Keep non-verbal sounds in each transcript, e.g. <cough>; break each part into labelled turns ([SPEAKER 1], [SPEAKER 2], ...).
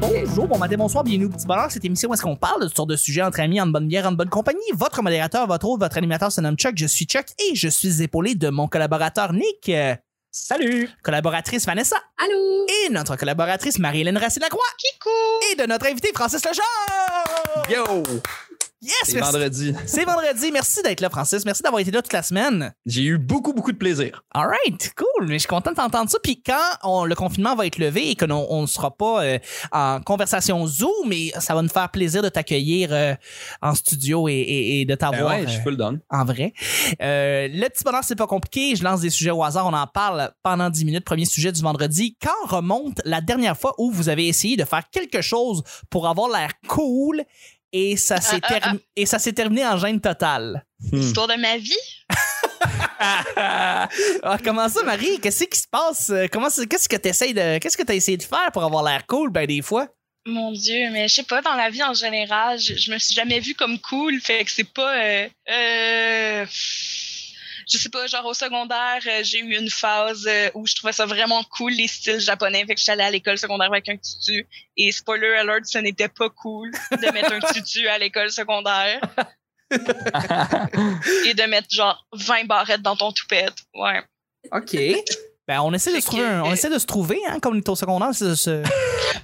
[SPEAKER 1] bonjour, bon matin, bonsoir, bienvenue au Petit Bonheur. Cette émission où est-ce qu'on parle de toutes sortes de sujets entre amis, en bonne bière, en bonne compagnie. Votre modérateur, votre hôte, votre animateur se nomme Chuck. Je suis Chuck et je suis épaulé de mon collaborateur Nick, euh,
[SPEAKER 2] Salut!
[SPEAKER 1] collaboratrice Vanessa
[SPEAKER 3] Allô?
[SPEAKER 1] et notre collaboratrice Marie-Hélène Racine-Lacroix
[SPEAKER 3] Kikou!
[SPEAKER 1] et de notre invité Francis Lejean.
[SPEAKER 2] Yo!
[SPEAKER 1] Yes,
[SPEAKER 2] C'est
[SPEAKER 1] merci.
[SPEAKER 2] vendredi.
[SPEAKER 1] C'est vendredi. Merci d'être là, Francis. Merci d'avoir été là toute la semaine.
[SPEAKER 2] J'ai eu beaucoup, beaucoup de plaisir.
[SPEAKER 1] All right, cool. Mais je suis content de t'entendre ça. Puis quand on- le confinement va être levé et que l'on- on ne sera pas euh, en conversation Zoom, mais ça va nous faire plaisir de t'accueillir euh, en studio et, et- et de
[SPEAKER 2] Ben
[SPEAKER 1] t'avoir
[SPEAKER 2] ouais, je
[SPEAKER 1] euh,
[SPEAKER 2] suis full down.
[SPEAKER 1] en vrai. Euh, le petit bonheur, c'est pas compliqué. Je lance des sujets au hasard. On en parle pendant 10 minutes. Premier sujet du vendredi. Quand remonte la dernière fois où vous avez essayé de faire quelque chose pour avoir l'air cool et ça s'est
[SPEAKER 3] Ah, ah,
[SPEAKER 1] termi- et ça s'est terminé en gêne totale?
[SPEAKER 2] Hmm.
[SPEAKER 3] Histoire de ma vie?
[SPEAKER 1] Ah, comment ça, Marie? Qu'est-ce qui se passe? Euh, Comment c'est- qu'est-ce que t'essayes de, qu'est-ce que t'as essayé de faire pour avoir l'air cool? Ben, des fois.
[SPEAKER 3] Mon Dieu, mais je sais pas, dans la vie en général, je, je me suis jamais vue comme cool, fait que c'est pas. Euh, euh, je sais pas, genre au secondaire, euh, j'ai eu une phase euh, où je trouvais ça vraiment cool, les styles japonais, fait que j'allais à l'école secondaire avec un tutu. Et spoiler alert, ce n'était pas cool de mettre un tutu à
[SPEAKER 2] <laughs>
[SPEAKER 3] l'école secondaire et de mettre genre 20 barrettes dans ton toupette. Ouais.
[SPEAKER 1] OK. Ben, on essaie de se
[SPEAKER 3] Fait
[SPEAKER 1] trouver,
[SPEAKER 3] que-
[SPEAKER 1] un- on essaie de se trouver, hein, comme on est au secondaire, c'est de se,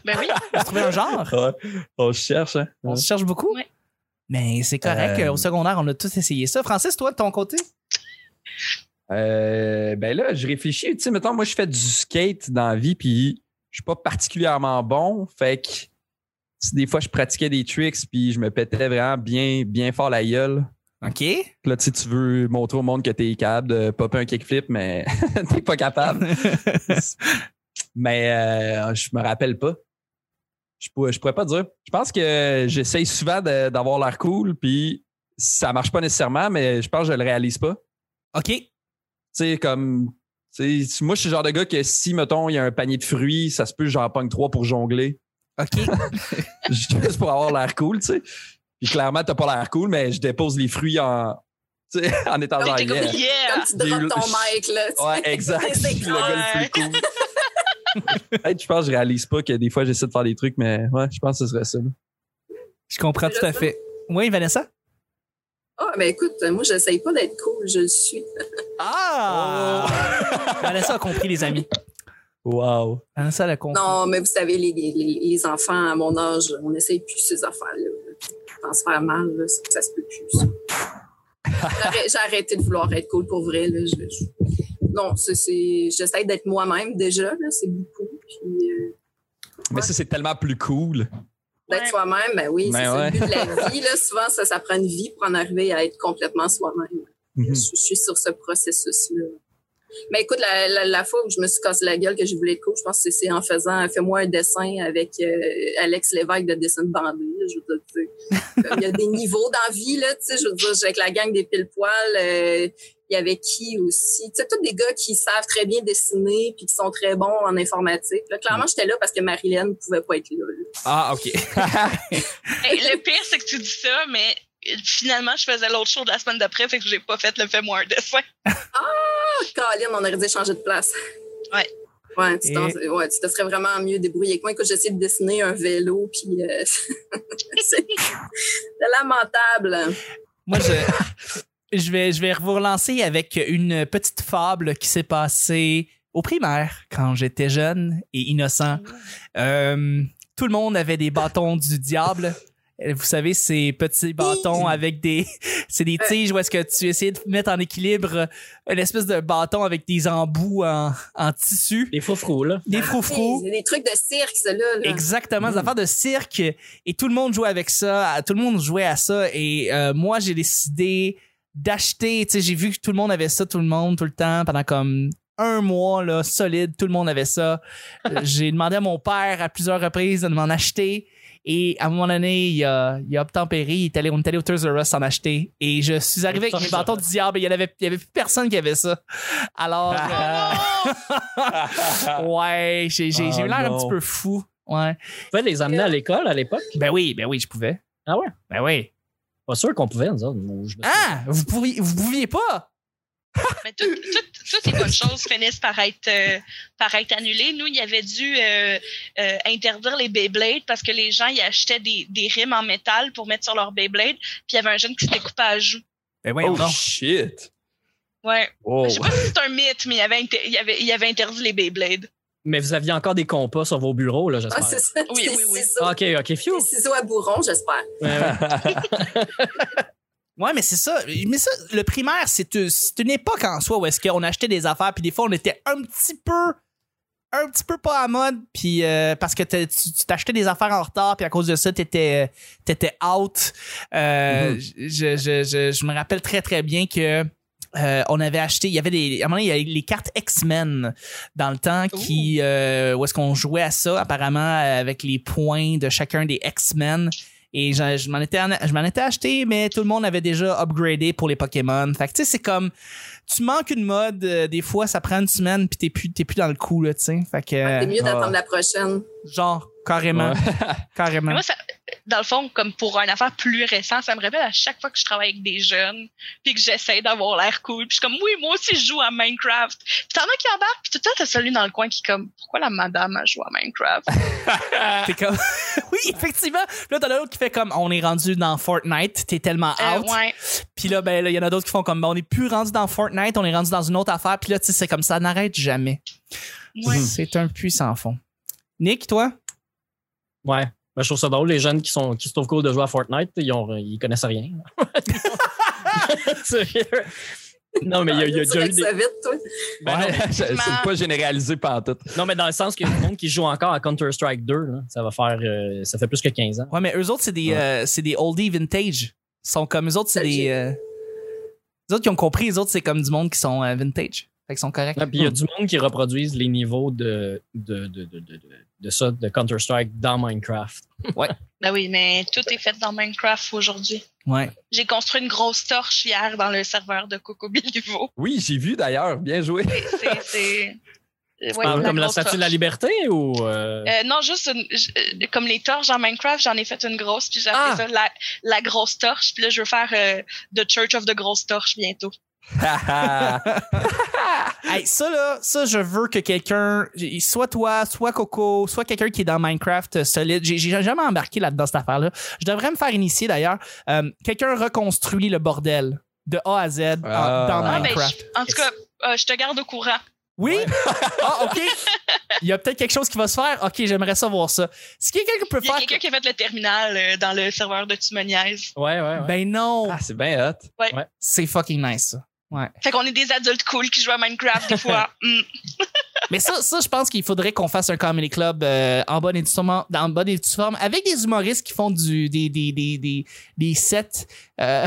[SPEAKER 3] Ben oui,
[SPEAKER 1] de se trouver un genre.
[SPEAKER 2] Ouais, on cherche, hein?
[SPEAKER 1] On se cherche beaucoup.
[SPEAKER 3] Ouais.
[SPEAKER 1] Mais c'est correct.
[SPEAKER 2] Euh,
[SPEAKER 1] Au secondaire, on a tous essayé ça. Francis, toi, de ton côté?
[SPEAKER 2] Euh, ben là, je réfléchis. Tu sais, mettons, moi, je fais du skate dans la vie, puis je suis pas particulièrement bon. Fait que tu sais, des fois, je pratiquais des tricks, puis je me pétais vraiment bien, bien fort la gueule.
[SPEAKER 1] OK.
[SPEAKER 2] Là, tu sais, tu veux montrer au monde que t'es capable de popper un kickflip, mais <laughs> t'es pas capable. mais euh, je me rappelle pas. Je pourrais, je pourrais pas dire. Je pense que j'essaye souvent de- d'avoir l'air cool, puis ça marche pas nécessairement, mais je pense que je le réalise pas.
[SPEAKER 1] <laughs> OK.
[SPEAKER 2] Tu sais, comme. tu sais, moi, je suis le genre de gars que si, mettons, il y a un panier de fruits, ça se peut que j'en pogne trois pour jongler, <laughs>
[SPEAKER 1] OK.
[SPEAKER 2] juste pour avoir l'air cool, tu sais. Puis clairement, t'as pas l'air cool, mais je dépose les fruits en, <laughs> tu sais, en étant genre,
[SPEAKER 3] Ah t'es comme
[SPEAKER 2] Ah, yeah.
[SPEAKER 3] yeah!
[SPEAKER 4] Comme tu
[SPEAKER 2] J'ai eu-
[SPEAKER 4] droppes ton mic, là. tu
[SPEAKER 3] <laughs>
[SPEAKER 2] Ouais,
[SPEAKER 4] sais.
[SPEAKER 2] exact.
[SPEAKER 4] C'est
[SPEAKER 2] le gars le plus cool. <laughs> Peut-être, je pense que je réalise pas que des fois, j'essaie de faire des trucs, mais ouais, je pense que ce serait ça. là.
[SPEAKER 1] Je comprends tout à fait. Oui, Vanessa?
[SPEAKER 4] Ah, ben écoute, moi, j'essaye pas d'être cool, je le suis.
[SPEAKER 1] Ah! <laughs> Vanessa a compris, les amis.
[SPEAKER 2] Wow.
[SPEAKER 1] Vanessa l'a compris.
[SPEAKER 4] Non, mais vous savez, les, les- les- les enfants à mon âge, on n'essaye plus ces affaires-là. Quand se faire mal, là, ça, ça se peut plus. ça. J'arrête- J'ai arrêté de vouloir être cool pour vrai. Là. Je- je- Non, c'est- c'est- j'essaie d'être moi-même déjà, là, c'est beaucoup. Puis, euh,
[SPEAKER 2] Mais ça, c'est tellement plus cool.
[SPEAKER 4] d'être
[SPEAKER 3] Ouais.
[SPEAKER 4] soi-même, ben oui,
[SPEAKER 2] Ben
[SPEAKER 4] c'est ça
[SPEAKER 2] ouais.
[SPEAKER 4] le but de la vie. Là. Souvent, ça, ça prend une vie pour en arriver à être complètement soi-même.
[SPEAKER 2] Mhm.
[SPEAKER 4] Je, je suis sur ce processus-là. Mais écoute, la, la, la fois où je me suis cassé la gueule que je voulais être coach, je pense que c'est en faisant Fais-moi un dessin avec euh, Alex Lévesque de Dessin Bandé. là, Je veux dire, tu sais. Comme il y a des niveaux d'envie, là, tu sais, je veux dire, avec la gang des pile-poils, euh, il y avait qui aussi? Tu sais, tous des gars qui savent très bien dessiner puis qui sont très bons en informatique. Là, clairement, j'étais là parce que Marilyn ne pouvait pas être là. là.
[SPEAKER 1] Ah, OK.
[SPEAKER 3] Hey, Ben, le pire, c'est que tu dis ça, mais euh, finalement, je faisais l'autre show de la semaine d'après, fait que j'ai pas fait le fais-moi un dessin.
[SPEAKER 4] Caroline, on aurait dû changer de place.
[SPEAKER 3] Ouais.
[SPEAKER 4] Ouais, tu, t'en-
[SPEAKER 1] Et-
[SPEAKER 4] ouais, tu te serais vraiment mieux débrouillé que moi. Écoute, j'essaie de dessiner un vélo, puis euh, <laughs> c'est c'est lamentable.
[SPEAKER 1] Moi, je, je, vais, je vais vous relancer avec une petite fable qui s'est passée au primaire quand j'étais jeune et innocent. Euh, tout le monde avait des bâtons du diable. Euh, Vous savez, ces petits bâtons avec des... C'est des tiges où est-ce que tu essayais de mettre en équilibre une espèce de bâton avec des embouts en, en tissu,
[SPEAKER 5] Les froufrous, là.
[SPEAKER 1] des froufrous.
[SPEAKER 4] C'est des trucs de cirque, ça, là. là.
[SPEAKER 1] Exactement, des
[SPEAKER 2] Mm.
[SPEAKER 1] affaires de cirque. Et tout le monde jouait avec ça. à- Tout le monde jouait à ça. Et euh, moi, j'ai décidé d'acheter. Tu sais, j'ai vu que tout le monde avait ça, tout le monde, tout le temps, pendant comme un mois, là, solide. Tout le monde avait ça.
[SPEAKER 2] <laughs>
[SPEAKER 1] Euh, j'ai demandé à mon père à plusieurs reprises de m'en acheter. Et à un moment donné, il a, il a obtempéré. Il est allé, on est allé au Toys R Us s'en acheter. Et je suis arrivé avec mes bâtons de diable. et Il y en avait, il y avait plus personne qui avait ça. Alors. euh,
[SPEAKER 2] Ah,
[SPEAKER 1] ouais, j'ai j'ai- j'ai eu
[SPEAKER 2] Oh
[SPEAKER 1] l'air un
[SPEAKER 2] non.
[SPEAKER 1] petit peu fou. Ouais.
[SPEAKER 5] Tu pouvais les amener à l'école à l'époque?
[SPEAKER 1] Ben oui, ben oui, je pouvais.
[SPEAKER 5] Ah ouais?
[SPEAKER 1] Ben oui.
[SPEAKER 5] Pas sûr qu'on pouvait, nous autres. Je me souviens.
[SPEAKER 1] Ah, vous pourriez, vous pouviez pas?
[SPEAKER 3] <laughs> Mais tout- tout- toutes les bonnes choses finissent par être, euh, par être annulées. Nous, il y avait dû euh, euh, interdire les Beyblades parce que les gens y achetaient des, des rimes en métal pour mettre sur leur Beyblade. Puis il y avait un jeune qui s'était coupé à la joue.
[SPEAKER 1] Ben voyons
[SPEAKER 2] Oh
[SPEAKER 1] donc.
[SPEAKER 2] shit!
[SPEAKER 3] Ouais.
[SPEAKER 2] Oh.
[SPEAKER 3] Je sais pas si c'est un mythe, mais il avait, inter- il avait, il avait interdit les Beyblades.
[SPEAKER 5] Mais vous aviez encore des compas sur vos bureaux, là,
[SPEAKER 4] Ah,
[SPEAKER 5] j'espère. Ah,
[SPEAKER 4] c'est ça.
[SPEAKER 3] Oui, oui, oui.
[SPEAKER 4] Des ciseaux,
[SPEAKER 5] ok, ok, phew. Euh,
[SPEAKER 4] des ciseaux à bourron, j'espère.
[SPEAKER 5] Ouais, ouais.
[SPEAKER 1] Ouais, mais c'est ça. Mais ça, le primaire, c'est une, c'est une époque en soi où est-ce qu'on achetait des affaires, puis des fois, on était un petit peu. Un petit peu pas à mode, puis euh, parce que t'as- tu tu t'achetais des affaires en retard, puis à cause de ça, t'étais t'étais out. Euh, je, je, je, je me rappelle très, très bien que. euh, on avait acheté, il y avait des, à un moment donné, il y avait les cartes X-Men dans le temps qui, euh, où est-ce qu'on jouait à ça apparemment avec les points de chacun des X-Men. Et je, je m'en étais, en- je m'en étais acheté, mais tout le monde avait déjà upgradé pour les Pokémon. Fait que tu sais, c'est comme, tu manques une mode, euh, des fois ça prend une semaine puis t'es plus, t'es plus dans le coup là, tu sais. Fait que,
[SPEAKER 4] C'est
[SPEAKER 1] euh,
[SPEAKER 4] mieux d'attendre
[SPEAKER 2] Ah.
[SPEAKER 4] la prochaine.
[SPEAKER 1] genre carrément,
[SPEAKER 3] Mais
[SPEAKER 1] carrément.
[SPEAKER 3] moi, ça, dans le fond, comme pour une affaire plus récente, ça me rappelle à chaque fois que je travaille avec des jeunes, puis que j'essaie d'avoir l'air cool. Puis je suis comme, oui, moi aussi, je joue à Minecraft. Puis t'en as qui embarquent, puis tout le temps, t'as celui dans le coin qui est comme, pourquoi la madame a joué à
[SPEAKER 5] <laughs>
[SPEAKER 3] Minecraft?
[SPEAKER 1] T'es comme, <laughs> oui, effectivement. Puis là t'as l'autre qui fait comme, on est rendu dans Fortnite, t'es tellement
[SPEAKER 3] Euh,
[SPEAKER 1] out.
[SPEAKER 3] ouais.
[SPEAKER 1] Puis là, ben, là, il y en a d'autres qui font comme, ben, on est plus rendu dans Fortnite, on est rendu dans une autre affaire. Puis là, tu sais, c'est comme ça, n'arrête jamais.
[SPEAKER 5] Mm-hmm.
[SPEAKER 3] ouais.
[SPEAKER 1] C'est un puits sans fond. Nick, toi?
[SPEAKER 5] Ouais. Ben, je trouve ça drôle, les jeunes qui, sont, qui se trouvent cool de jouer à Fortnite, ils, ont, ils connaissent rien. Sérieux. non, mais il y a, il y a
[SPEAKER 4] tu
[SPEAKER 5] déjà eu
[SPEAKER 4] règles
[SPEAKER 5] des...
[SPEAKER 4] ça vite, toi.
[SPEAKER 5] Ben non,
[SPEAKER 2] Ouais, c'est pas généralisé pantoute.
[SPEAKER 5] Non, mais dans le sens qu'il y a du monde qui joue encore à Counter-Strike 2, là. ça va faire. euh, ça fait plus que 15 ans.
[SPEAKER 1] Ouais, mais eux autres, c'est des,
[SPEAKER 2] Ouais.
[SPEAKER 1] euh, c'est des oldies vintage. Ils sont comme eux autres, c'est des. euh, les autres qui ont compris, les autres, c'est comme du monde qui sont euh, vintage. Fait qu'ils sont corrects.
[SPEAKER 5] Ouais, Ah, puis il y a du monde qui reproduisent les niveaux de, de, de, de, de, de- de ça, de Counter-Strike dans Minecraft.
[SPEAKER 3] Ben oui, mais tout est fait dans Minecraft aujourd'hui.
[SPEAKER 1] Ouais.
[SPEAKER 3] J'ai construit une grosse torche hier dans le serveur de Coco Bilivo.
[SPEAKER 2] Oui, j'ai vu d'ailleurs, bien joué.
[SPEAKER 3] C'est.
[SPEAKER 5] <laughs>
[SPEAKER 3] c'est- Ouais,
[SPEAKER 5] Ah, comme la
[SPEAKER 3] grosse
[SPEAKER 5] statue de la
[SPEAKER 3] torche.
[SPEAKER 5] liberté ou. euh,
[SPEAKER 3] Euh, non, juste une- j- euh, comme les torches en Minecraft, j'en ai fait une grosse, puis j'ai
[SPEAKER 1] Ah!
[SPEAKER 3] appelé ça la, la grosse torche. Puis là, je veux faire euh, The Church of the Grosse Torche bientôt.
[SPEAKER 1] Euh, <laughs> Hey, ça, là, ça, je veux que quelqu'un, soit toi, soit Coco, soit quelqu'un qui est dans Minecraft euh, solide. J'ai j'ai jamais embarqué là-dedans, cette affaire-là. Je devrais me faire initier, d'ailleurs. Euh, quelqu'un reconstruit le bordel de A à Z en-
[SPEAKER 2] Ah.
[SPEAKER 1] dans
[SPEAKER 3] Ah, ben,
[SPEAKER 1] Minecraft.
[SPEAKER 3] je- en tout cas, euh, je te garde au courant.
[SPEAKER 1] Oui? Ah, OK. Il y a peut-être quelque chose qui va se faire. OK, j'aimerais savoir ça. Est-ce qu'il y a quelqu'un qui peut
[SPEAKER 3] Il y a
[SPEAKER 1] faire...
[SPEAKER 3] quelqu'un qui a fait le terminal euh, dans le serveur de Tumoniaise.
[SPEAKER 5] Ouais, ouais, ouais.
[SPEAKER 1] Ben non!
[SPEAKER 2] ah, c'est bien hot.
[SPEAKER 1] C'est fucking nice, ça.
[SPEAKER 3] Fait qu'on est des adultes cool qui jouent à Minecraft des fois.
[SPEAKER 1] <laughs>
[SPEAKER 3] Mm.
[SPEAKER 1] Mais ça, ça je pense qu'il faudrait qu'on fasse un comedy club euh, en bonne et due forme, en bonne et due forme, avec des humoristes qui font du, des, des, des, des, des sets. euh,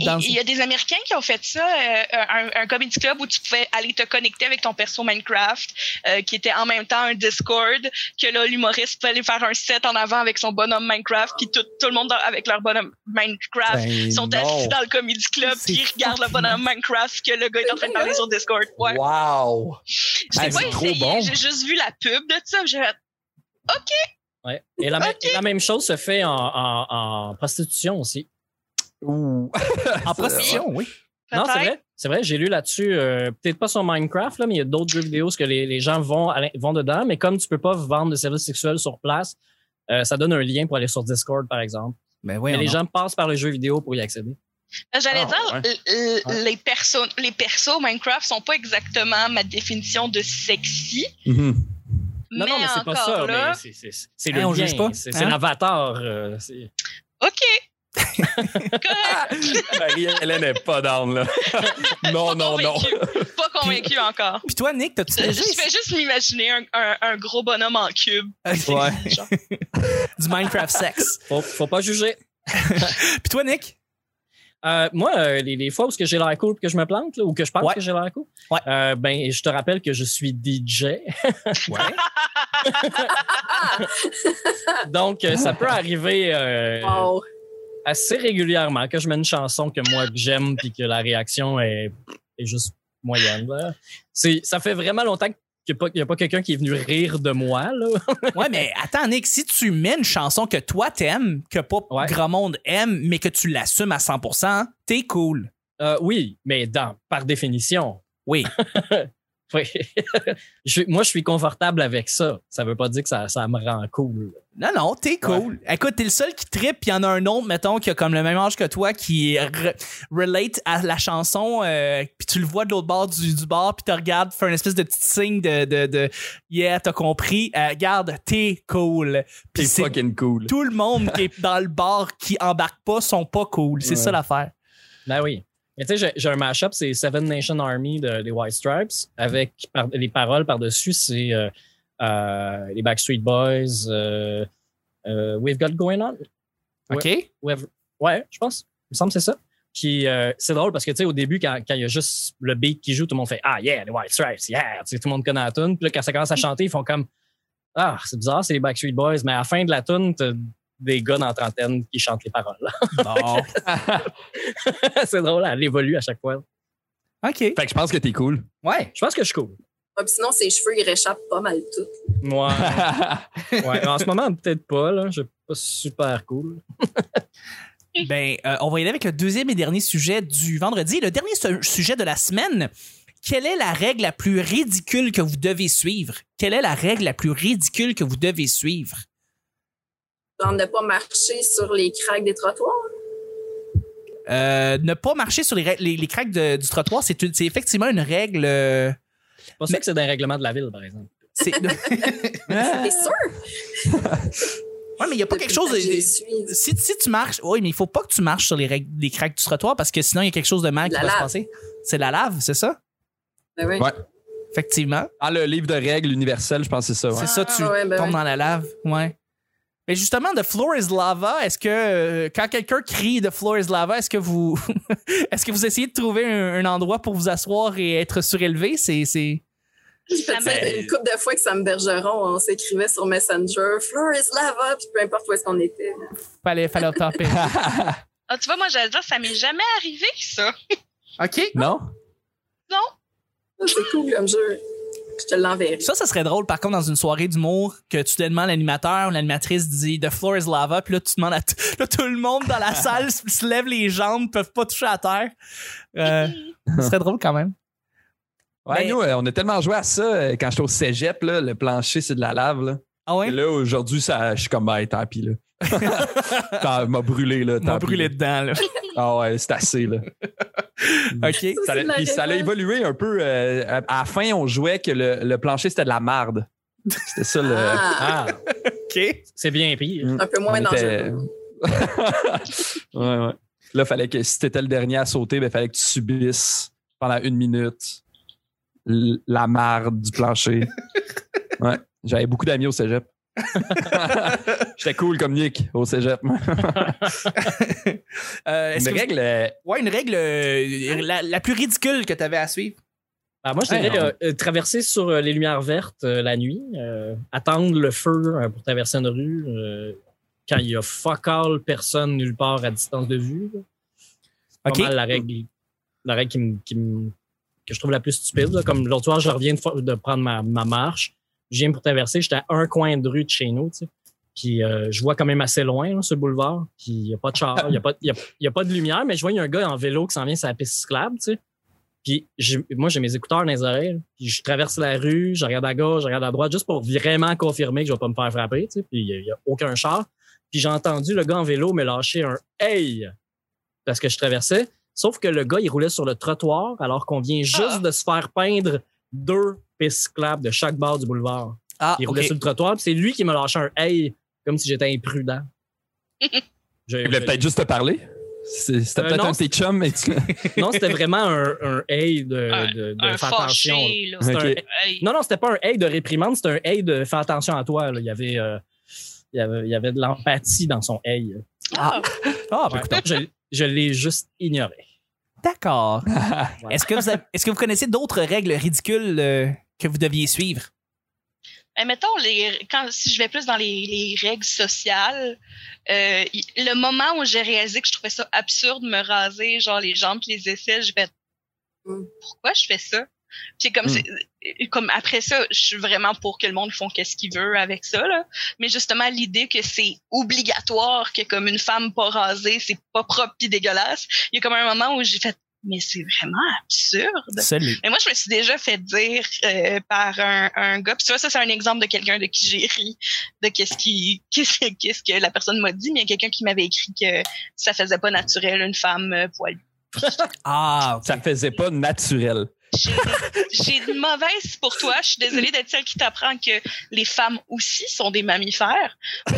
[SPEAKER 3] Et-
[SPEAKER 1] Dans-
[SPEAKER 3] et Il y a des Américains qui ont fait ça, euh, un, un comedy club où tu pouvais aller te connecter avec ton perso Minecraft, euh, qui était en même temps un Discord, que là, l'humoriste pouvait aller faire un set en avant avec son bonhomme Minecraft, puis tout, tout le monde dans- avec leur bonhomme Minecraft
[SPEAKER 2] Ben
[SPEAKER 3] Ah, sont
[SPEAKER 2] non.
[SPEAKER 3] assis dans le comedy club,
[SPEAKER 1] C'est
[SPEAKER 3] qui regardent le
[SPEAKER 1] fucking
[SPEAKER 3] bonhomme Minecraft que le gars est en train de parler sur Discord. Ouais.
[SPEAKER 2] Wow!
[SPEAKER 3] Je
[SPEAKER 2] Ah,
[SPEAKER 3] l'ai pas
[SPEAKER 2] c'est trop
[SPEAKER 3] essayé,
[SPEAKER 2] bon.
[SPEAKER 3] j'ai juste vu la pub de ça, puis j'ai fait,
[SPEAKER 5] ouais.
[SPEAKER 3] <laughs>
[SPEAKER 5] Et, la, même- et la même chose se fait en, en- en prostitution aussi.
[SPEAKER 2] <laughs> Ouh.
[SPEAKER 1] en prostitution, oui.
[SPEAKER 5] Non, c'est
[SPEAKER 3] peut-être.
[SPEAKER 5] vrai. C'est vrai, j'ai lu là-dessus, euh, peut-être pas sur Minecraft, là, mais il y a d'autres jeux vidéo ce que les, les gens vont, à l'in- vont dedans, mais comme tu peux pas vendre de services sexuels sur place, euh, ça donne un lien pour aller sur Discord, par exemple.
[SPEAKER 1] Ben oui,
[SPEAKER 5] mais les gens passent par le jeu vidéo pour y accéder.
[SPEAKER 3] J'allais
[SPEAKER 2] Ah,
[SPEAKER 3] dire,
[SPEAKER 2] ouais.
[SPEAKER 3] l- l-
[SPEAKER 5] Ouais.
[SPEAKER 3] les, perso les persos Minecraft sont pas exactement ma définition de sexy.
[SPEAKER 5] Non,
[SPEAKER 3] mais
[SPEAKER 5] non, mais c'est pas
[SPEAKER 3] encore
[SPEAKER 5] ça.
[SPEAKER 3] là,
[SPEAKER 5] mais c'est- c'est- C'est
[SPEAKER 1] Hein,
[SPEAKER 5] le
[SPEAKER 1] on
[SPEAKER 5] lien.
[SPEAKER 1] juge pas,
[SPEAKER 5] C'est c'est
[SPEAKER 1] hein?
[SPEAKER 5] l'avatar. euh, c'est-
[SPEAKER 3] OK.
[SPEAKER 5] <laughs>
[SPEAKER 3] Correct.
[SPEAKER 2] <laughs> Marie-Hélène n'est pas down,
[SPEAKER 3] <laughs>
[SPEAKER 2] là.
[SPEAKER 5] Oh,
[SPEAKER 2] non, non, non.
[SPEAKER 3] Convaincue. Pas convaincu encore.
[SPEAKER 1] Puis toi, Nick, t'as-tu
[SPEAKER 3] Je
[SPEAKER 1] déjà
[SPEAKER 3] fais juste m'imaginer un, un- un gros bonhomme en cube.
[SPEAKER 2] Ouais.
[SPEAKER 3] Genre.
[SPEAKER 1] du Minecraft sex?
[SPEAKER 5] Faut, faut pas juger.
[SPEAKER 1] <laughs> Puis toi, Nick?
[SPEAKER 5] Euh, moi, euh, les, les fois où est-ce que j'ai l'air cool et que je me plante, là, ou que je pense
[SPEAKER 1] Ouais.
[SPEAKER 5] que j'ai l'air cool,
[SPEAKER 1] Ouais.
[SPEAKER 5] euh, ben, je te rappelle que je suis DJ. Donc, euh, ça peut arriver euh,
[SPEAKER 4] Wow.
[SPEAKER 5] assez régulièrement que je mets une chanson que moi que j'aime puis que la réaction est, est juste moyenne. là. C'est, ça fait vraiment longtemps qu'il n'y a pas, quelqu'un qui est venu rire de moi. Là.
[SPEAKER 1] <laughs> Ouais, mais attends, Nick, si tu mets une chanson que toi t'aimes, que pas
[SPEAKER 5] Ouais.
[SPEAKER 1] grand monde aime, mais que tu l'assumes à 100%, t'es cool.
[SPEAKER 5] Euh, oui, mais dans, par définition.
[SPEAKER 1] Oui.
[SPEAKER 5] <laughs> Oui. <laughs> Je- moi, je suis confortable avec ça. Ça veut pas dire que ça, ça me rend cool.
[SPEAKER 1] Non, non, t'es cool. Écoute, t'es le seul qui trippe, puis il y en a un autre, mettons, qui a comme le même âge que toi, qui re- relate à la chanson, euh, puis tu le vois de l'autre bord du, du bar, puis te regarde, faire une espèce de petit signe de, de, de Yeah, t'as compris. Euh, Regarde, t'es cool. Puis
[SPEAKER 2] T'es
[SPEAKER 1] c'est
[SPEAKER 2] fucking cool.
[SPEAKER 1] tout le monde qui est dans le bar qui embarque pas sont pas cool. C'est
[SPEAKER 2] Ouais.
[SPEAKER 1] ça l'affaire.
[SPEAKER 5] Ben oui. Mais tu sais, j'ai- j'ai un mashup, c'est Seven Nation Army de- des White Stripes, avec par- les paroles par-dessus, c'est euh, euh, les Backstreet Boys, euh, euh, We've Got Going On.
[SPEAKER 1] OK?
[SPEAKER 5] Whoever- Ouais, je pense. Il me semble que c'est ça. Puis euh, c'est drôle parce que, tu sais, au début, quand quand il y a juste le beat qui joue, tout le monde fait Ah, yeah, les White Stripes, yeah. Tu sais, tout le monde connaît la tune. Puis là, quand ça commence à chanter, ils font comme Ah, c'est bizarre, c'est les Backstreet Boys. Mais à la fin de la tune, t'as des gars dans la trentaine qui chantent les paroles. <laughs>
[SPEAKER 1] Bon. <laughs>
[SPEAKER 5] c'est drôle, elle évolue à chaque fois.
[SPEAKER 1] OK.
[SPEAKER 2] Fait que je pense que t'es cool.
[SPEAKER 1] Ouais.
[SPEAKER 5] Je pense que je suis cool.
[SPEAKER 4] Ah, puis sinon, ses cheveux, ils réchappent pas mal tout.
[SPEAKER 5] Moi,
[SPEAKER 2] T'as
[SPEAKER 5] ouais. en ce moment, peut-être pas. Là. Je suis pas super cool.
[SPEAKER 1] Ben, euh, on va y aller avec le deuxième et dernier sujet du vendredi. Le dernier su- sujet de la semaine. Quelle est la règle la plus ridicule que vous devez suivre? Quelle est la règle la plus ridicule que vous devez suivre?
[SPEAKER 4] Genre, ne pas marcher sur les craques des trottoirs.
[SPEAKER 1] Euh, ne pas marcher sur les, ra- les, les craques de- du trottoir, c'est une- c'est effectivement une règle. euh,
[SPEAKER 5] C'est pas sûr que c'est dans les règlements de la ville, par exemple.
[SPEAKER 1] c'est-
[SPEAKER 4] <laughs>
[SPEAKER 5] Ah.
[SPEAKER 4] C'est sûr.
[SPEAKER 1] <laughs> Ouais, mais il n'y a pas quelque chose.
[SPEAKER 4] Je les suis.
[SPEAKER 1] si, si tu marches, oui, mais il faut pas que tu marches sur les, règles- les craques du trottoir parce que sinon, il y a quelque chose de mal qui
[SPEAKER 4] La
[SPEAKER 1] va se
[SPEAKER 4] lave.
[SPEAKER 1] passer. C'est la lave, c'est ça?
[SPEAKER 4] Ben oui.
[SPEAKER 2] Ouais.
[SPEAKER 1] Effectivement.
[SPEAKER 2] Ah, le livre de règles universelles, je pense que c'est ça. ouais.
[SPEAKER 1] C'est ça, tu
[SPEAKER 4] Ah, ouais, ben
[SPEAKER 1] tombes
[SPEAKER 4] ouais.
[SPEAKER 1] dans la lave. Ouais. Mais justement, The Floor is Lava, est-ce que euh, quand quelqu'un crie The Floor is Lava, est-ce que vous <laughs> est-ce que vous essayez de trouver un, un endroit pour vous asseoir et être surélevé? C'est. c'est-
[SPEAKER 4] Ça
[SPEAKER 3] Ça
[SPEAKER 4] fait
[SPEAKER 3] me-
[SPEAKER 4] une couple de fois que ça me bergeron, on s'écrivait sur Messenger, Fleur is lava, puis peu importe où est-ce qu'on était.
[SPEAKER 1] Fallait, fallait taper.
[SPEAKER 2] <laughs>
[SPEAKER 3] Ah, tu vois, moi, j'allais dire, ça m'est jamais arrivé, ça.
[SPEAKER 1] OK.
[SPEAKER 2] non?
[SPEAKER 4] Ah, C'est cool comme jeu. Je te l'enverrai.
[SPEAKER 1] Ça, ça serait drôle, par contre, dans une soirée d'humour, que tu demandes l'animateur ou l'animatrice dit The floor is lava, puis là, tu demandes à t- <laughs> là, tout le monde dans
[SPEAKER 2] <laughs>
[SPEAKER 1] la salle se se lève les jambes, peuvent pas toucher à terre. Euh, ce serait drôle quand même.
[SPEAKER 2] Ouais,
[SPEAKER 1] Mais-
[SPEAKER 2] nous, euh, on a tellement joué à ça euh, quand j'étais au cégep, là, le plancher, c'est de la lave. Là,
[SPEAKER 1] Ah ouais?
[SPEAKER 2] Et là aujourd'hui, ça, je suis comme, ben, tant pis. Là. T'as- m'a brûlé, là.
[SPEAKER 1] M'a
[SPEAKER 2] tant pis,
[SPEAKER 1] brûlé
[SPEAKER 2] là.
[SPEAKER 1] dedans,
[SPEAKER 2] <laughs>
[SPEAKER 1] là.
[SPEAKER 2] Ah ouais, c'est assez, là.
[SPEAKER 1] OK.
[SPEAKER 2] Ça
[SPEAKER 4] Ça, c'est de la
[SPEAKER 2] l'a- puis ça l'a
[SPEAKER 4] révolte.
[SPEAKER 2] évolué un peu. euh, à à la fin, on jouait que le, le plancher, c'était de la marde. C'était ça, le.
[SPEAKER 4] Ah,
[SPEAKER 5] Ah,
[SPEAKER 1] OK.
[SPEAKER 5] c'est bien pire.
[SPEAKER 4] un peu moins
[SPEAKER 2] On était-
[SPEAKER 4] dangereux.
[SPEAKER 2] ouais, ouais. Là, fallait que si t'étais le dernier à sauter, ben, fallait que tu subisses pendant une minute l- la marde du
[SPEAKER 4] <laughs>
[SPEAKER 2] plancher. ouais. J'avais beaucoup d'amis au cégep. J'étais cool comme Nick au cégep. moi.
[SPEAKER 1] Euh, est-ce
[SPEAKER 2] Une
[SPEAKER 1] que vous-
[SPEAKER 2] règle, euh,
[SPEAKER 1] Ouais, une règle euh, la, la plus ridicule que tu avais à suivre.
[SPEAKER 5] Ah, moi, je
[SPEAKER 2] Ouais,
[SPEAKER 5] dirais
[SPEAKER 2] non.
[SPEAKER 5] euh, euh, traverser sur euh, les lumières vertes euh, la nuit, euh, attendre le feu euh, pour traverser une rue euh, quand il y a fuck all, personne nulle part à distance de vue. là. C'est
[SPEAKER 1] Ok.
[SPEAKER 5] Pas mal la règle, la règle qui me- qui me- que je trouve la plus stupide. là. Comme l'autre soir, je reviens de, fo- de prendre ma, ma marche. Je viens pour traverser, j'étais à un coin de rue de chez nous. tu sais. Puis euh, je vois quand même assez loin là, sur le boulevard. Puis il n'y a pas de char, il n'y a, pas- il y a- il y a pas de lumière, mais je vois il y a un gars en vélo qui s'en vient sur la piste cyclable. tu sais. Puis j'ai- moi, j'ai mes écouteurs dans les oreilles. Puis je traverse la rue, je regarde à gauche, je regarde à droite, juste pour vraiment confirmer que je vais pas me faire frapper. Tu sais, puis il n'y a, aucun char. Puis j'ai entendu le gars en vélo me lâcher un « hey » parce que je traversais. Sauf que le gars, il roulait sur le trottoir alors qu'on vient juste
[SPEAKER 3] Ah.
[SPEAKER 5] de se faire peindre deux pistes cyclables de chaque bord du boulevard.
[SPEAKER 1] Ah,
[SPEAKER 5] Il roulait sur le trottoir. Puis c'est lui qui me lâchait un « hey » comme si
[SPEAKER 3] <laughs>
[SPEAKER 5] j'étais imprudent. Je-
[SPEAKER 2] il voulait
[SPEAKER 5] je-
[SPEAKER 2] peut-être juste te parler. C'est- C'était
[SPEAKER 5] Euh,
[SPEAKER 2] peut-être
[SPEAKER 5] non,
[SPEAKER 2] un de tes chums, mais tu.
[SPEAKER 5] non, c'était vraiment un, un hey de,
[SPEAKER 3] Un-
[SPEAKER 5] de, de
[SPEAKER 3] un
[SPEAKER 5] faire Ben, attention. là.
[SPEAKER 3] fâché, là.
[SPEAKER 5] C'est
[SPEAKER 2] Ok.
[SPEAKER 5] un
[SPEAKER 3] Hey.
[SPEAKER 5] Non, non, c'était pas un hey de réprimande, c'était un hey de faire attention à toi. là. Il, y avait, euh, il, y avait, il y avait de l'empathie dans son hey.
[SPEAKER 3] Ah,
[SPEAKER 1] Ah, ben,
[SPEAKER 5] Ouais. Je, je l'ai juste ignoré.
[SPEAKER 1] <laughs> d'accord.
[SPEAKER 5] Ouais.
[SPEAKER 1] Est-ce que, vous avez- est-ce que vous connaissez d'autres règles ridicules euh, que vous deviez suivre?
[SPEAKER 3] Mais Eh, mettons, les, quand, si je vais plus dans les, les règles sociales, euh, y- le moment où j'ai réalisé que je trouvais ça absurde de me raser, genre les jambes pis les aisselles, je vais
[SPEAKER 4] Mm.
[SPEAKER 3] pourquoi je fais ça? Puis comme,
[SPEAKER 2] Mm.
[SPEAKER 3] c'est- comme après ça, je suis vraiment pour que le monde font qu'est-ce qu'il veut avec ça, là. Mais justement, l'idée que c'est obligatoire, que comme une femme pas rasée, c'est pas propre pis dégueulasse, il y a comme un moment où j'ai fait, mais c'est vraiment absurde.
[SPEAKER 1] Salut.
[SPEAKER 3] Mais moi, je me suis déjà fait dire euh, par un, un gars, puis tu vois, ça, c'est un exemple de quelqu'un de qui j'ai ri, de qu'est-ce qui, <laughs> qu'est-ce, qu'est-ce que la personne m'a dit, mais il y a quelqu'un qui m'avait écrit que ça faisait pas naturel une femme euh, poilue.
[SPEAKER 1] Ah,
[SPEAKER 2] Ça faisait pas naturel.
[SPEAKER 3] J'ai, j'ai une mauvaise pour toi. Je suis désolée d'être celle qui t'apprend que les femmes aussi sont des mammifères.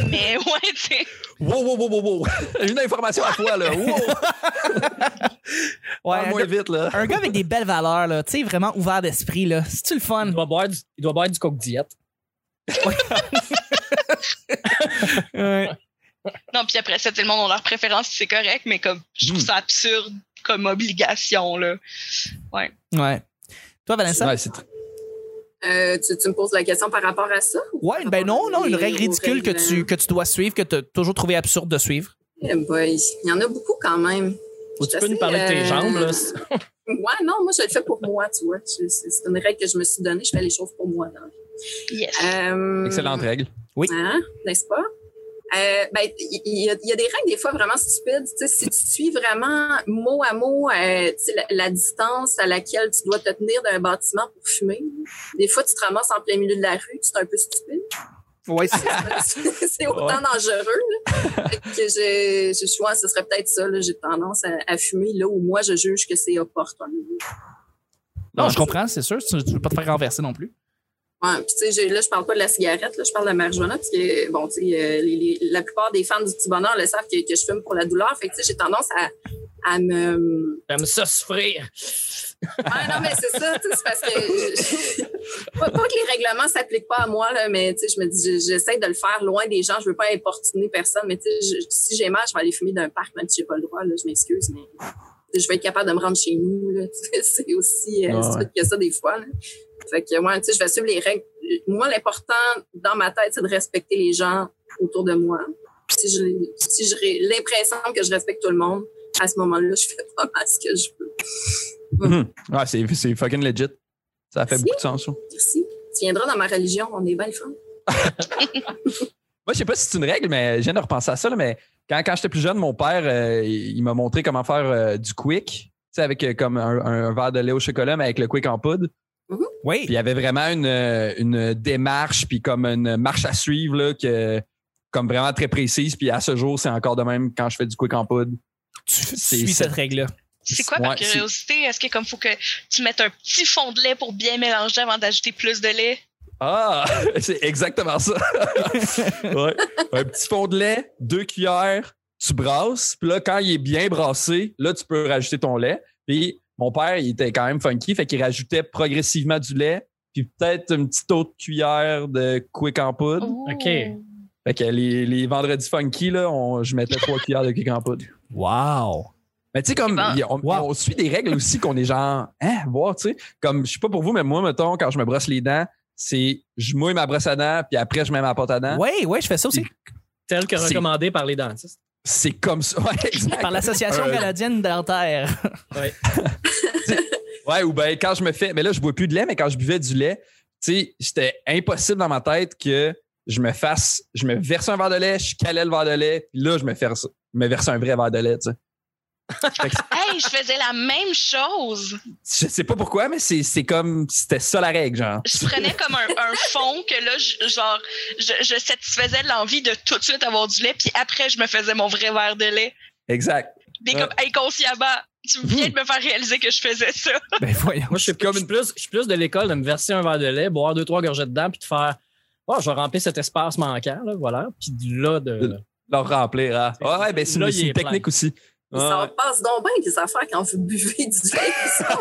[SPEAKER 3] Mais <laughs> ouais, tu sais,
[SPEAKER 2] Wow, wow, wow, wow, <laughs> wow. Une information à toi, là. Wow.
[SPEAKER 1] ouais,
[SPEAKER 2] Parle
[SPEAKER 1] un,
[SPEAKER 2] moins
[SPEAKER 1] gars,
[SPEAKER 2] vite, là.
[SPEAKER 1] un gars avec des belles valeurs, là, tu sais, vraiment ouvert d'esprit, là. C'est-tu le fun?
[SPEAKER 5] Il doit boire du, il doit boire du coke diète.
[SPEAKER 1] Ouais.
[SPEAKER 3] Non, puis après ça, tout le monde a leur préférence, c'est correct, mais comme je trouve ça absurde comme obligation là.
[SPEAKER 1] Ouais. Toi, Vanessa?
[SPEAKER 2] Ouais, c'est tr-
[SPEAKER 4] Euh, tu, tu me poses la question par rapport à ça? ou
[SPEAKER 1] Ouais,
[SPEAKER 4] par
[SPEAKER 1] ben
[SPEAKER 4] rapport
[SPEAKER 1] non, non, une
[SPEAKER 4] aux
[SPEAKER 1] règle ridicule que
[SPEAKER 4] règles,
[SPEAKER 1] tu, que tu dois suivre, que tu as toujours trouvé absurde de suivre.
[SPEAKER 4] Eh boy, Il y en a beaucoup quand même.
[SPEAKER 5] Ou tu
[SPEAKER 4] Je
[SPEAKER 5] peux nous
[SPEAKER 4] sais,
[SPEAKER 5] parler de tes
[SPEAKER 4] euh,
[SPEAKER 5] jambes, là.
[SPEAKER 4] Ouais, non, moi, je le fais pour moi, tu vois. Je- C'est c'est une règle que je me suis donnée. Je fais les choses pour moi. dans la vie.
[SPEAKER 3] Yes.
[SPEAKER 4] Euh,
[SPEAKER 2] excellente règle.
[SPEAKER 4] Hein? N'est-ce pas? Euh, ben, il il y, a- il y a des règles des fois vraiment stupides. Tu sais, si tu suis vraiment mot à mot euh, tu sais, la, la distance à laquelle tu dois te tenir d'un bâtiment pour fumer, des fois tu te ramasses en plein milieu de la rue, c'est un peu stupide. <laughs>
[SPEAKER 1] Ouais,
[SPEAKER 4] c'est autant dangereux. là. Fait que je, je, je pense que ce serait peut-être ça. là. J'ai tendance à, à fumer là où moi je juge que c'est opportun.
[SPEAKER 1] Non, je comprends, c'est sûr. Tu, tu veux pas te faire renverser non plus.
[SPEAKER 4] Ouais, puis tu sais, j'ai- là, je parle pas de la cigarette, là, je parle de la marijuana, parce que, bon, tu sais, euh, les- les- la plupart des fans du petit bonheur le savent que, que je fume pour la douleur. Fait que, tu sais, j'ai tendance à, à me...
[SPEAKER 5] J'aime ça souffrir.
[SPEAKER 4] Ouais, non, mais c'est ça, tu sais, c'est parce que... je- pas, pas que les règlements s'appliquent pas à moi, là, mais, tu sais, je me dis, je- j'essaie de le faire loin des gens, je veux pas importuner personne, mais, tu sais, je- si j'ai mal, je vais aller fumer d'un parc, même si j'ai pas le droit, là, je m'excuse, mais... tu sais, Je vais être capable de me rendre chez nous, là, tu sais, <laughs> c'est aussi euh,
[SPEAKER 2] Ah ouais.
[SPEAKER 4] stupide que ça, des fois, là. Fait que moi, tu sais, je vais suivre les règles. Moi, l'important dans ma tête, c'est de respecter les gens autour de moi. Si j'ai si j'ai l'impression que je respecte tout le monde, à ce moment-là, je fais pas mal ce que je peux.
[SPEAKER 2] Mhm. Ouais, c'est c'est fucking legit. Ça fait
[SPEAKER 4] Si.
[SPEAKER 2] beaucoup de sens. ça.
[SPEAKER 4] Merci. Tu viendras dans ma religion, on est bien les femmes.
[SPEAKER 2] Moi, je sais pas si c'est une règle, mais je viens de repenser à ça, là, mais quand, quand j'étais plus jeune, mon père, euh, il il m'a montré comment faire euh, du quick. Tu sais, avec euh, comme un, un verre de lait au chocolat, mais avec le quick en poudre.
[SPEAKER 1] Oui.
[SPEAKER 2] Puis il y avait vraiment une, euh, une démarche, puis comme une marche à suivre, là, que, comme vraiment très précise. Puis à ce jour, c'est encore de même quand je fais du quick en poudre.
[SPEAKER 1] Tu tu
[SPEAKER 2] c'est-
[SPEAKER 1] suis
[SPEAKER 2] c'est-
[SPEAKER 1] cette règle-là.
[SPEAKER 3] C'est quoi par
[SPEAKER 2] Ouais, c'est-
[SPEAKER 3] curiosité? Est-ce que comme faut que tu mettes un petit fond de lait pour bien mélanger avant d'ajouter plus de lait?
[SPEAKER 2] Ah, <laughs> c'est exactement ça. <laughs> Ouais. Un petit fond de lait, deux cuillères, tu brasses. Puis là, quand il est bien brassé, là, tu peux rajouter ton lait. Puis mon père, il était quand même funky, fait qu'il rajoutait progressivement du lait, puis peut-être une petite autre cuillère de quick en poudre.
[SPEAKER 5] OK.
[SPEAKER 2] Fait que les, les vendredis funky, là, on- je mettais trois cuillères de quick en poudre.
[SPEAKER 1] Wow.
[SPEAKER 2] Mais tu sais, comme,
[SPEAKER 3] Eh ben,
[SPEAKER 2] y- on,
[SPEAKER 1] wow.
[SPEAKER 2] on suit des règles aussi qu'on est genre, hein, voir, tu sais. Comme, je sais pas pour vous, mais moi, mettons, quand je me brosse les dents, c'est je mouille ma brosse à dents, puis après, je mets ma pâte à dents.
[SPEAKER 1] Oui, oui, je fais ça aussi.
[SPEAKER 5] Tel que
[SPEAKER 2] C'est-
[SPEAKER 5] recommandé par les dentistes.
[SPEAKER 2] C'est comme ça. <laughs> Ouais, exact.
[SPEAKER 1] Par l'Association
[SPEAKER 2] Euh,
[SPEAKER 1] canadienne dentaire.
[SPEAKER 2] ouais, ou ben quand je me fais. Mais là, je bois plus de lait, mais quand je buvais du lait, tu sais, c'était impossible dans ma tête que je me fasse. Je me verse un verre de lait, je calais le verre de lait, puis là, je me, verse, je me verse un vrai verre de lait, tu sais.
[SPEAKER 3] Hey, je faisais la même chose.
[SPEAKER 2] Je sais pas pourquoi, mais c'est c'est comme. C'était ça la règle, genre.
[SPEAKER 3] Je prenais comme un, un fond que là, je- genre, je, je satisfaisais l'envie de tout de suite avoir du lait, puis après, je me faisais mon vrai verre de lait.
[SPEAKER 2] Exact.
[SPEAKER 3] Des
[SPEAKER 2] Ouais.
[SPEAKER 3] comme inconsciemment, tu viens de me faire réaliser que je faisais ça.
[SPEAKER 1] Ben voyons.
[SPEAKER 5] Moi, je suis, je suis plus, je suis plus de l'école de me verser un verre de lait, boire deux, trois gorgées dedans, puis de faire oh, je vais remplir cet espace manquant, là, voilà. Puis de là, de.
[SPEAKER 2] Leur remplir. hein. Ah ouais, ben c'est
[SPEAKER 5] Là,
[SPEAKER 2] une,
[SPEAKER 5] il
[SPEAKER 2] c'est une
[SPEAKER 5] est
[SPEAKER 2] technique
[SPEAKER 5] plein.
[SPEAKER 2] aussi.
[SPEAKER 4] Ils
[SPEAKER 2] Ouais.
[SPEAKER 4] s'en passent donc bien des affaires quand vous buvez du lait.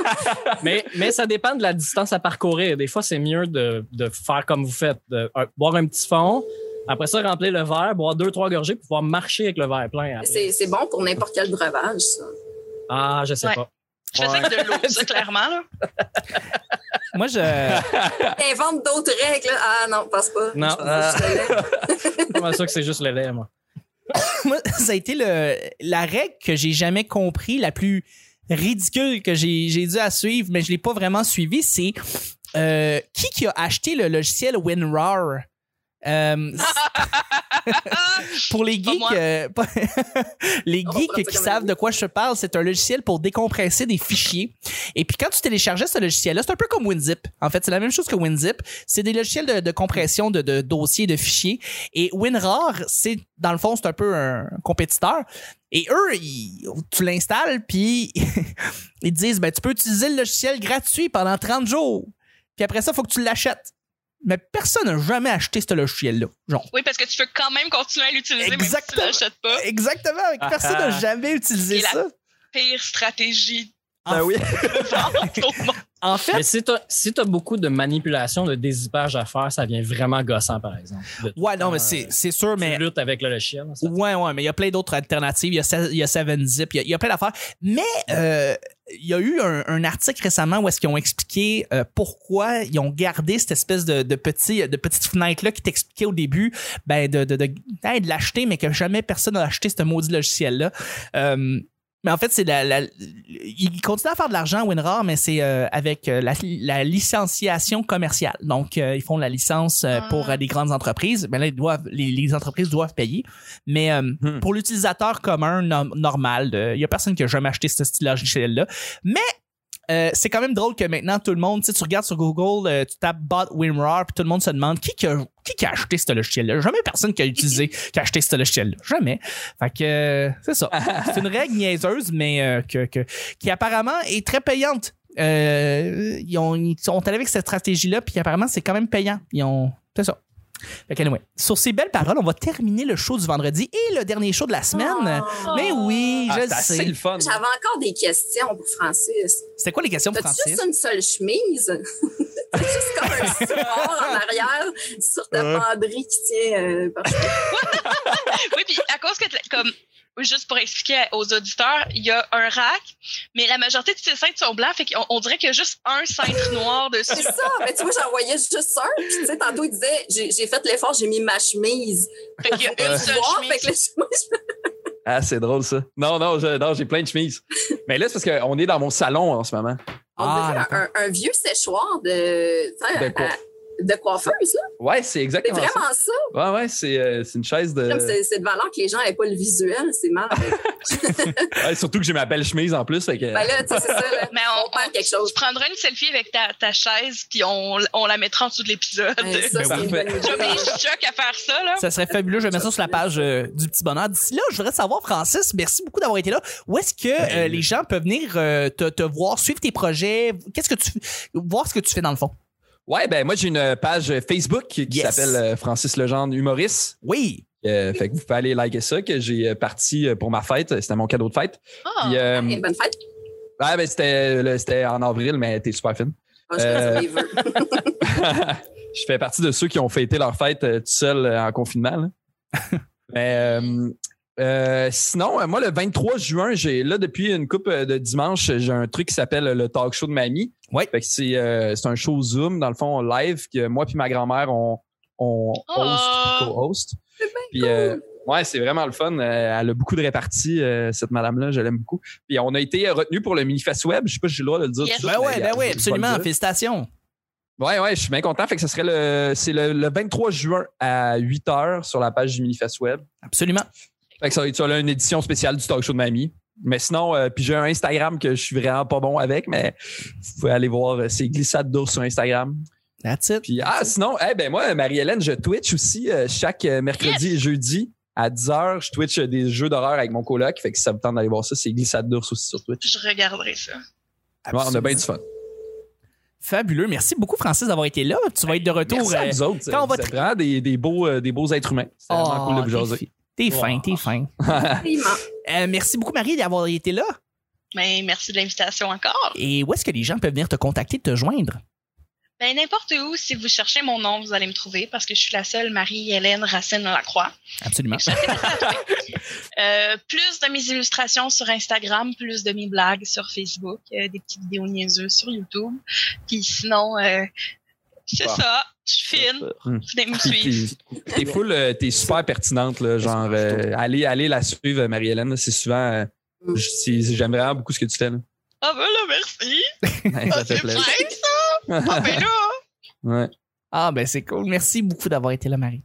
[SPEAKER 5] mais, mais ça dépend de la distance à parcourir. Des fois, c'est mieux de, de faire comme vous faites, de euh, boire un petit fond, après ça, remplir le verre, boire deux, trois gorgées, puis pouvoir marcher avec le verre plein. après.
[SPEAKER 4] C'est c'est bon pour n'importe quel breuvage, ça.
[SPEAKER 5] Ah, je sais
[SPEAKER 3] Ouais.
[SPEAKER 5] pas.
[SPEAKER 3] Je faisais avec de l'eau,
[SPEAKER 2] <laughs>
[SPEAKER 3] ça, clairement. Là.
[SPEAKER 1] Moi, je.
[SPEAKER 4] Invente d'autres règles. là. Ah non, pense pas.
[SPEAKER 5] Non.
[SPEAKER 4] Je pense que je te laisse.
[SPEAKER 5] Je suis pas mal sûr que c'est juste le lait, moi.
[SPEAKER 1] <laughs> Moi, ça a été le, la règle que j'ai jamais compris, la plus ridicule que j'ai j'ai dû à suivre, mais je l'ai pas vraiment suivi, c'est euh, qui qui a acheté le logiciel WinRAR? Euh,
[SPEAKER 3] Ah!
[SPEAKER 1] Pour les
[SPEAKER 3] Pas
[SPEAKER 1] geeks,
[SPEAKER 3] moi.
[SPEAKER 1] euh, pas- <laughs> les
[SPEAKER 4] Oh, On va
[SPEAKER 1] geeks
[SPEAKER 4] prendre ça
[SPEAKER 1] qui
[SPEAKER 4] comme un
[SPEAKER 1] savent
[SPEAKER 4] oui.
[SPEAKER 1] de quoi je parle, c'est un logiciel pour décompresser des fichiers. Et puis quand tu téléchargeais ce logiciel-là, c'est un peu comme WinZip. En fait, c'est la même chose que WinZip. C'est des logiciels de, de compression de, de dossiers, de fichiers. Et WinRAR, c'est dans le fond, c'est un peu un compétiteur. Et eux, ils- tu l'installes, puis <laughs> ils te disent, ben, tu peux utiliser le logiciel gratuit pendant 30 jours. Puis après ça, il faut que tu l'achètes. Mais personne n'a jamais acheté ce logiciel-là. Genre,
[SPEAKER 3] Oui, parce que tu peux quand même continuer à l'utiliser, même si tu
[SPEAKER 1] Exactement.
[SPEAKER 3] l'achètes pas.
[SPEAKER 1] Exactement. avec- Personne n'a jamais utilisé
[SPEAKER 3] Et la-
[SPEAKER 1] ça.
[SPEAKER 3] Pire stratégie
[SPEAKER 1] En,
[SPEAKER 2] Ben oui.
[SPEAKER 3] de vente au monde.
[SPEAKER 1] en
[SPEAKER 5] Mais
[SPEAKER 1] fait,
[SPEAKER 5] si t'as si t'as beaucoup de manipulation, de dézippage à faire, ça devient vraiment gossant, par exemple. De-
[SPEAKER 1] ouais, non, mais
[SPEAKER 2] Ah.
[SPEAKER 1] c'est c'est sûr, mais.
[SPEAKER 5] Tu luttes avec le logiciel. ça-
[SPEAKER 1] Ouais, ouais, mais il y a plein d'autres alternatives. Il y a, Se- il y a Seven Zip, il y a, il y a plein d'affaires. Mais euh, il y a eu un, un article récemment où est-ce qu'ils ont expliqué euh, pourquoi ils ont gardé cette espèce de, de, petit, de petite fenêtre-là qui t'expliquait au début ben, de, de, de, hey, de l'acheter, mais que jamais personne n'a acheté ce maudit logiciel-là. Euh, mais en fait, c'est la, la- ils continuent à faire de l'argent WinRAR, mais c'est euh, avec euh, la, la licenciation commerciale. Donc, euh, ils font la licence euh,
[SPEAKER 3] Ah.
[SPEAKER 1] pour euh, des grandes entreprises. Ben là, ils doivent, les, les entreprises doivent payer. Mais euh,
[SPEAKER 2] Hmm.
[SPEAKER 1] pour l'utilisateur commun, nom- normal, il n'y a personne qui a jamais acheté ce style logiciel-là. Mais euh, c'est quand même drôle que maintenant, tout le monde, tu sais, tu regardes sur Google, euh, tu tapes bot WinRAR, puis tout le monde se demande qui, qui, a, qui qui a acheté ce logiciel-là. Jamais personne qui a utilisé, qui a acheté ce logiciel-là. Jamais. Fait que euh, c'est ça. C'est une règle niaiseuse, mais euh, que, que- qui apparemment est très payante. Euh, ils, ont, ils sont allés avec cette stratégie-là, puis apparemment, c'est quand même payant. Ils ont. C'est ça. Fait que, anyway, sur ces belles paroles, on va terminer le show du vendredi et le dernier show de la semaine.
[SPEAKER 4] Oh.
[SPEAKER 1] Mais oui,
[SPEAKER 2] Ah,
[SPEAKER 1] je le
[SPEAKER 2] c'est assez
[SPEAKER 1] sais.
[SPEAKER 2] le fun.
[SPEAKER 4] J'avais encore des questions pour Francis.
[SPEAKER 1] C'était quoi les questions,
[SPEAKER 4] T'as-tu
[SPEAKER 1] Francis?
[SPEAKER 4] juste une seule chemise? <laughs> C'est juste comme un support en arrière sur ta
[SPEAKER 2] Ouais.
[SPEAKER 4] penderie qui tient. euh, par-
[SPEAKER 3] Oui, puis à cause que, t'la- comme, juste pour expliquer aux auditeurs, il y a un rack, mais la majorité de ces cintres sont blancs, fait qu'on on dirait qu'il y a juste un cintre
[SPEAKER 4] <laughs>
[SPEAKER 3] noir dessus.
[SPEAKER 4] C'est ça, mais tu vois, j'en voyais juste un. Puis, tu sais, tantôt, il disait, j'ai j'ai fait l'effort, j'ai mis ma chemise.
[SPEAKER 3] Fait qu'il y a une
[SPEAKER 4] Une
[SPEAKER 3] seule
[SPEAKER 4] fois, fait
[SPEAKER 3] chemise.
[SPEAKER 4] que la <laughs> chemise,
[SPEAKER 2] Ah, c'est drôle ça. Non, non, je- non, j'ai plein de chemises.
[SPEAKER 4] <laughs>
[SPEAKER 2] Mais là, c'est parce qu'on est dans mon salon en ce moment.
[SPEAKER 4] on
[SPEAKER 1] Ah,
[SPEAKER 4] dirait
[SPEAKER 1] d'accord.
[SPEAKER 4] un, un- un vieux séchoir de, tu sais,
[SPEAKER 2] De quoi?
[SPEAKER 4] à- de coiffeuse, là.
[SPEAKER 2] Ouais, c'est
[SPEAKER 4] C'est
[SPEAKER 2] exactement ça.
[SPEAKER 4] vraiment ça.
[SPEAKER 2] Ouais, ouais, c'est euh, Euh. c'est une chaise de.
[SPEAKER 4] Comme c'est c'est de valeur que les gens n'avaient pas le visuel, c'est mal.
[SPEAKER 2] Ouais, surtout que j'ai ma belle chemise en plus. fait que- <laughs>
[SPEAKER 4] ben là, tu sais, c'est ça, là.
[SPEAKER 3] Mais
[SPEAKER 4] On,
[SPEAKER 3] on,
[SPEAKER 4] perd quelque chose.
[SPEAKER 3] tu prendras une selfie avec ta, ta chaise, puis on, on la mettra en dessous de l'épisode.
[SPEAKER 2] Ben,
[SPEAKER 3] <laughs>
[SPEAKER 4] Ben, ça, c'est une
[SPEAKER 2] parfait.
[SPEAKER 4] bonne idée.
[SPEAKER 3] J'oblige Chuck à faire ça, là.
[SPEAKER 1] Ça serait fabuleux. Je vais mettre ça sur la page euh, du petit bonheur. D'ici là, je voudrais savoir, Francis, merci beaucoup d'avoir été là. Où est-ce que euh, les gens peuvent venir euh, te, te voir, suivre tes projets? Qu'est-ce que tu voir ce que tu fais dans le fond?
[SPEAKER 2] Ouais, ben moi, j'ai une page Facebook qui qui
[SPEAKER 1] Yes.
[SPEAKER 2] s'appelle euh, Francis Legendre Humoriste.
[SPEAKER 1] Oui.
[SPEAKER 2] Euh, fait que vous pouvez aller liker ça, que j'ai euh, parti euh, pour ma fête. C'était mon cadeau de fête.
[SPEAKER 3] Ah,
[SPEAKER 2] Puis, euh,
[SPEAKER 4] Eh, Bonne fête.
[SPEAKER 2] ouais, ben, c'était le- c'était en avril, mais t'es super fine.
[SPEAKER 4] Bon, je
[SPEAKER 2] euh,
[SPEAKER 4] passe
[SPEAKER 2] <laughs>
[SPEAKER 4] les vœux.
[SPEAKER 2] je fais partie de ceux qui ont fêté leur fête euh, tout seul euh, en confinement. là.
[SPEAKER 1] <laughs>
[SPEAKER 2] Mais euh, euh, sinon, euh, moi, le 23 juin, j'ai là depuis une coupe euh, de dimanche, j'ai un truc qui s'appelle euh, le talk show de mamie.
[SPEAKER 1] Ouais.
[SPEAKER 2] Fait que c'est euh, c'est un show Zoom, dans le fond, live, que moi puis ma grand-mère, on, on
[SPEAKER 3] Oh!
[SPEAKER 2] host, co-host. Puis, euh, ouais, c'est vraiment le fun. Euh, elle a beaucoup de réparties, euh, cette madame-là. Je l'aime beaucoup. Puis on a été retenu pour le mini-fest web. Je sais pas si j'ai le droit de le dire.
[SPEAKER 3] Yes.
[SPEAKER 2] tout de
[SPEAKER 1] Ben
[SPEAKER 2] suite,
[SPEAKER 1] ouais,
[SPEAKER 2] mais,
[SPEAKER 1] ben
[SPEAKER 2] euh, je vais
[SPEAKER 1] ouais,
[SPEAKER 2] le
[SPEAKER 1] absolument.
[SPEAKER 2] dire.
[SPEAKER 1] Félicitations.
[SPEAKER 2] Ouais, ouais, je suis bien content. Fait que ce serait le, c'est le, le 23 juin à 8 h sur la page du Minifest Web.
[SPEAKER 1] Absolument.
[SPEAKER 2] Fait que ça va être ça, là, une édition spéciale du talk show de mamie. Mais sinon, euh, puis j'ai un Instagram que je suis vraiment pas bon avec, mais vous pouvez aller voir, euh, c'est Glissade d'ours sur Instagram.
[SPEAKER 1] That's it.
[SPEAKER 2] Puis, ah, sinon, eh ben moi, Marie-Hélène, je Twitch aussi euh, chaque euh, mercredi et jeudi à 10 h. Je Twitch euh, des jeux d'horreur avec mon coloc. Fait que si ça vous tente d'aller voir ça, c'est Glissade d'ours aussi sur Twitch.
[SPEAKER 3] je regarderai ça.
[SPEAKER 2] Ouais, on a bien du fun.
[SPEAKER 1] Fabuleux. Merci beaucoup, Francis, d'avoir été là. Tu vas être de retour.
[SPEAKER 2] Merci à
[SPEAKER 1] euh,
[SPEAKER 2] vous autres.
[SPEAKER 1] quand on
[SPEAKER 2] Quand
[SPEAKER 1] va
[SPEAKER 2] vous êtes vraiment des, des beaux, euh, des beaux êtres humains. C'est
[SPEAKER 1] Oh,
[SPEAKER 2] vraiment cool de vous jaser.
[SPEAKER 1] t'es- T'es fin, t'es fin.
[SPEAKER 4] Absolument.
[SPEAKER 1] Euh, merci beaucoup, Marie, d'avoir été là.
[SPEAKER 3] Mais merci de l'invitation encore.
[SPEAKER 1] Et où est-ce que les gens peuvent venir te contacter, te joindre?
[SPEAKER 3] Ben, n'importe où, si vous cherchez mon nom, vous allez me trouver parce que je suis la seule Marie-Hélène Racine Lacroix.
[SPEAKER 1] Absolument.
[SPEAKER 3] <laughs> Euh, plus de mes illustrations sur Instagram, plus de mes blagues sur Facebook, euh, des petites vidéos niaiseuses sur YouTube. Puis sinon, euh, c'est
[SPEAKER 2] Bon.
[SPEAKER 3] ça. Je suis fine.
[SPEAKER 2] Hmm.
[SPEAKER 3] Venez me
[SPEAKER 2] Puis
[SPEAKER 3] suivre.
[SPEAKER 2] T'es t'es full, euh, t'es super pertinente, là, genre, euh, allez, allez la suivre, euh, Marie-Hélène. là, C'est souvent, euh,
[SPEAKER 4] Mm.
[SPEAKER 2] je- c'est- j'aime vraiment beaucoup ce que tu fais. Là.
[SPEAKER 3] Ah ben là, merci.
[SPEAKER 2] Ouais,
[SPEAKER 3] Ah,
[SPEAKER 2] <laughs> ça fait
[SPEAKER 3] c'est plein,
[SPEAKER 2] plaisir.
[SPEAKER 3] ça. Ah ben là.
[SPEAKER 2] Ouais.
[SPEAKER 1] Ah, ben c'est cool. Merci beaucoup d'avoir été là, Marie.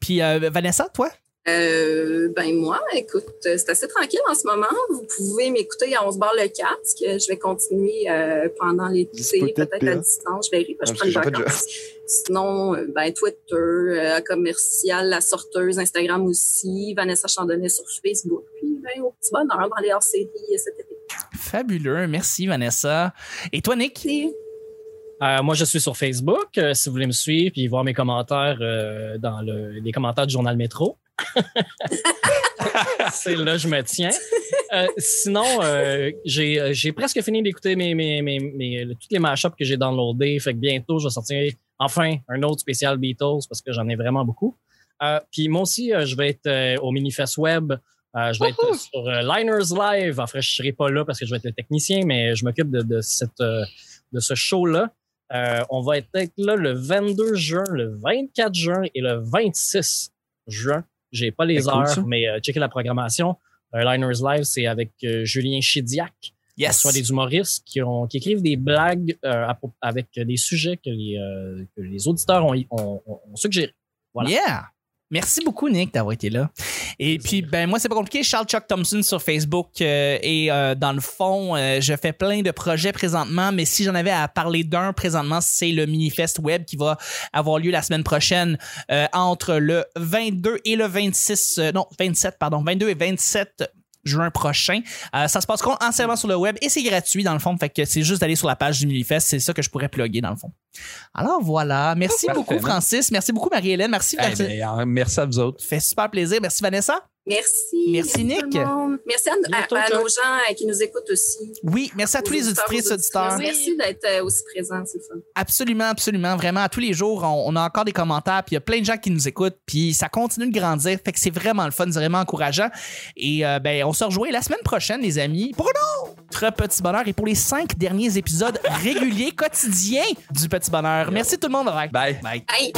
[SPEAKER 1] Puis euh, Vanessa, toi?
[SPEAKER 4] Euh, ben moi, écoute, euh, c'est assez tranquille en ce moment. Vous pouvez m'écouter à 11 barre le casque. Euh, Je vais continuer euh, pendant l'été,
[SPEAKER 6] Disponible,
[SPEAKER 4] peut-être à
[SPEAKER 6] hein?
[SPEAKER 4] distance, je verrai, parce que je
[SPEAKER 6] Non,
[SPEAKER 4] prends
[SPEAKER 6] j'ai
[SPEAKER 4] des
[SPEAKER 6] pas de
[SPEAKER 4] vacances. Sinon, euh, ben Twitter, euh, commercial, la sorteuse, Instagram aussi, Vanessa Chandonnet sur Facebook, puis ben au petit bonheur dans les hors-séries euh, cet été.
[SPEAKER 1] Fabuleux, merci Vanessa. Et toi, Nick?
[SPEAKER 4] Merci.
[SPEAKER 5] Euh, moi, je suis sur Facebook, euh, si vous voulez me suivre et voir mes commentaires euh, dans le- les commentaires du journal Métro. <laughs> C'est là je me tiens. Euh, sinon, euh, j'ai euh, j'ai presque fini d'écouter mes, mes, mes, mes- le- toutes les mashups que j'ai downloadés. Fait que bientôt, je vais sortir enfin un autre spécial Beatles parce que j'en ai vraiment beaucoup. Euh, Puis moi aussi, euh, je vais être euh, au Minifest Web. Euh, je vais être
[SPEAKER 3] Wouhou!
[SPEAKER 5] sur euh, Liners Live. Enfin, je serai pas là parce que je vais être le technicien, mais je m'occupe de, de, cette, euh, de ce show-là. Euh, on va être là le 22 juin, le 24 juin et le 26 juin. J'ai pas les
[SPEAKER 2] C'est Ben, cool,
[SPEAKER 5] heures,
[SPEAKER 2] ça.
[SPEAKER 5] mais euh, checkez la programmation. Euh, Liners Live, c'est avec euh, Julien Chidiac,
[SPEAKER 1] Yes.
[SPEAKER 5] soit des humoristes qui, ont, qui écrivent des blagues euh, à pro- avec des sujets que les, euh, que les auditeurs ont, ont, ont- ont suggérés. Voilà.
[SPEAKER 1] Yeah! Merci beaucoup, Nick, d'avoir été là. Et puis, ben moi, c'est pas compliqué. Charles Chuck Thompson sur Facebook. euh, et euh, dans le fond, euh, je fais plein de projets présentement, mais si j'en avais à parler d'un présentement, c'est le Minifest Web qui va avoir lieu la semaine prochaine euh, entre le 22 et le 26... euh, non, 27, pardon. 22 et 27 juin prochain. Euh, ça se passe con- entièrement sur le web et c'est gratuit dans le fond. Fait que c'est juste d'aller sur la page du Minifest. C'est ça que je pourrais plugger dans le fond. Alors voilà. Merci
[SPEAKER 2] Parfait,
[SPEAKER 1] beaucoup,
[SPEAKER 2] hein?
[SPEAKER 1] Francis. Merci beaucoup, Marie-Hélène. Merci,
[SPEAKER 2] Eh
[SPEAKER 1] Vanessa.
[SPEAKER 2] ben, euh, merci à vous autres.
[SPEAKER 1] fait super plaisir. Merci, Vanessa.
[SPEAKER 4] Merci.
[SPEAKER 1] Merci,
[SPEAKER 4] tout
[SPEAKER 1] Nick.
[SPEAKER 4] le monde. Merci à, à-
[SPEAKER 5] Bientôt,
[SPEAKER 4] à
[SPEAKER 5] Chuck.
[SPEAKER 4] nos gens euh, qui nous écoutent aussi.
[SPEAKER 1] Oui, merci à tous les auditrices, auditeurs.
[SPEAKER 3] Oui.
[SPEAKER 4] Merci d'être euh, aussi présents, c'est le fun.
[SPEAKER 1] Absolument, absolument. Vraiment, à tous les jours, on, on a encore des commentaires, puis il y a plein de gens qui nous écoutent, puis ça continue de grandir. Fait que c'est vraiment le fun, c'est vraiment encourageant. Et euh, ben, on se rejoint la semaine prochaine, les amis, pour un autre Petit Bonheur et pour les cinq derniers épisodes réguliers, quotidiens du Petit Bonheur. Merci tout le monde. Bye.
[SPEAKER 2] Bye.
[SPEAKER 1] Bye.
[SPEAKER 4] Hey!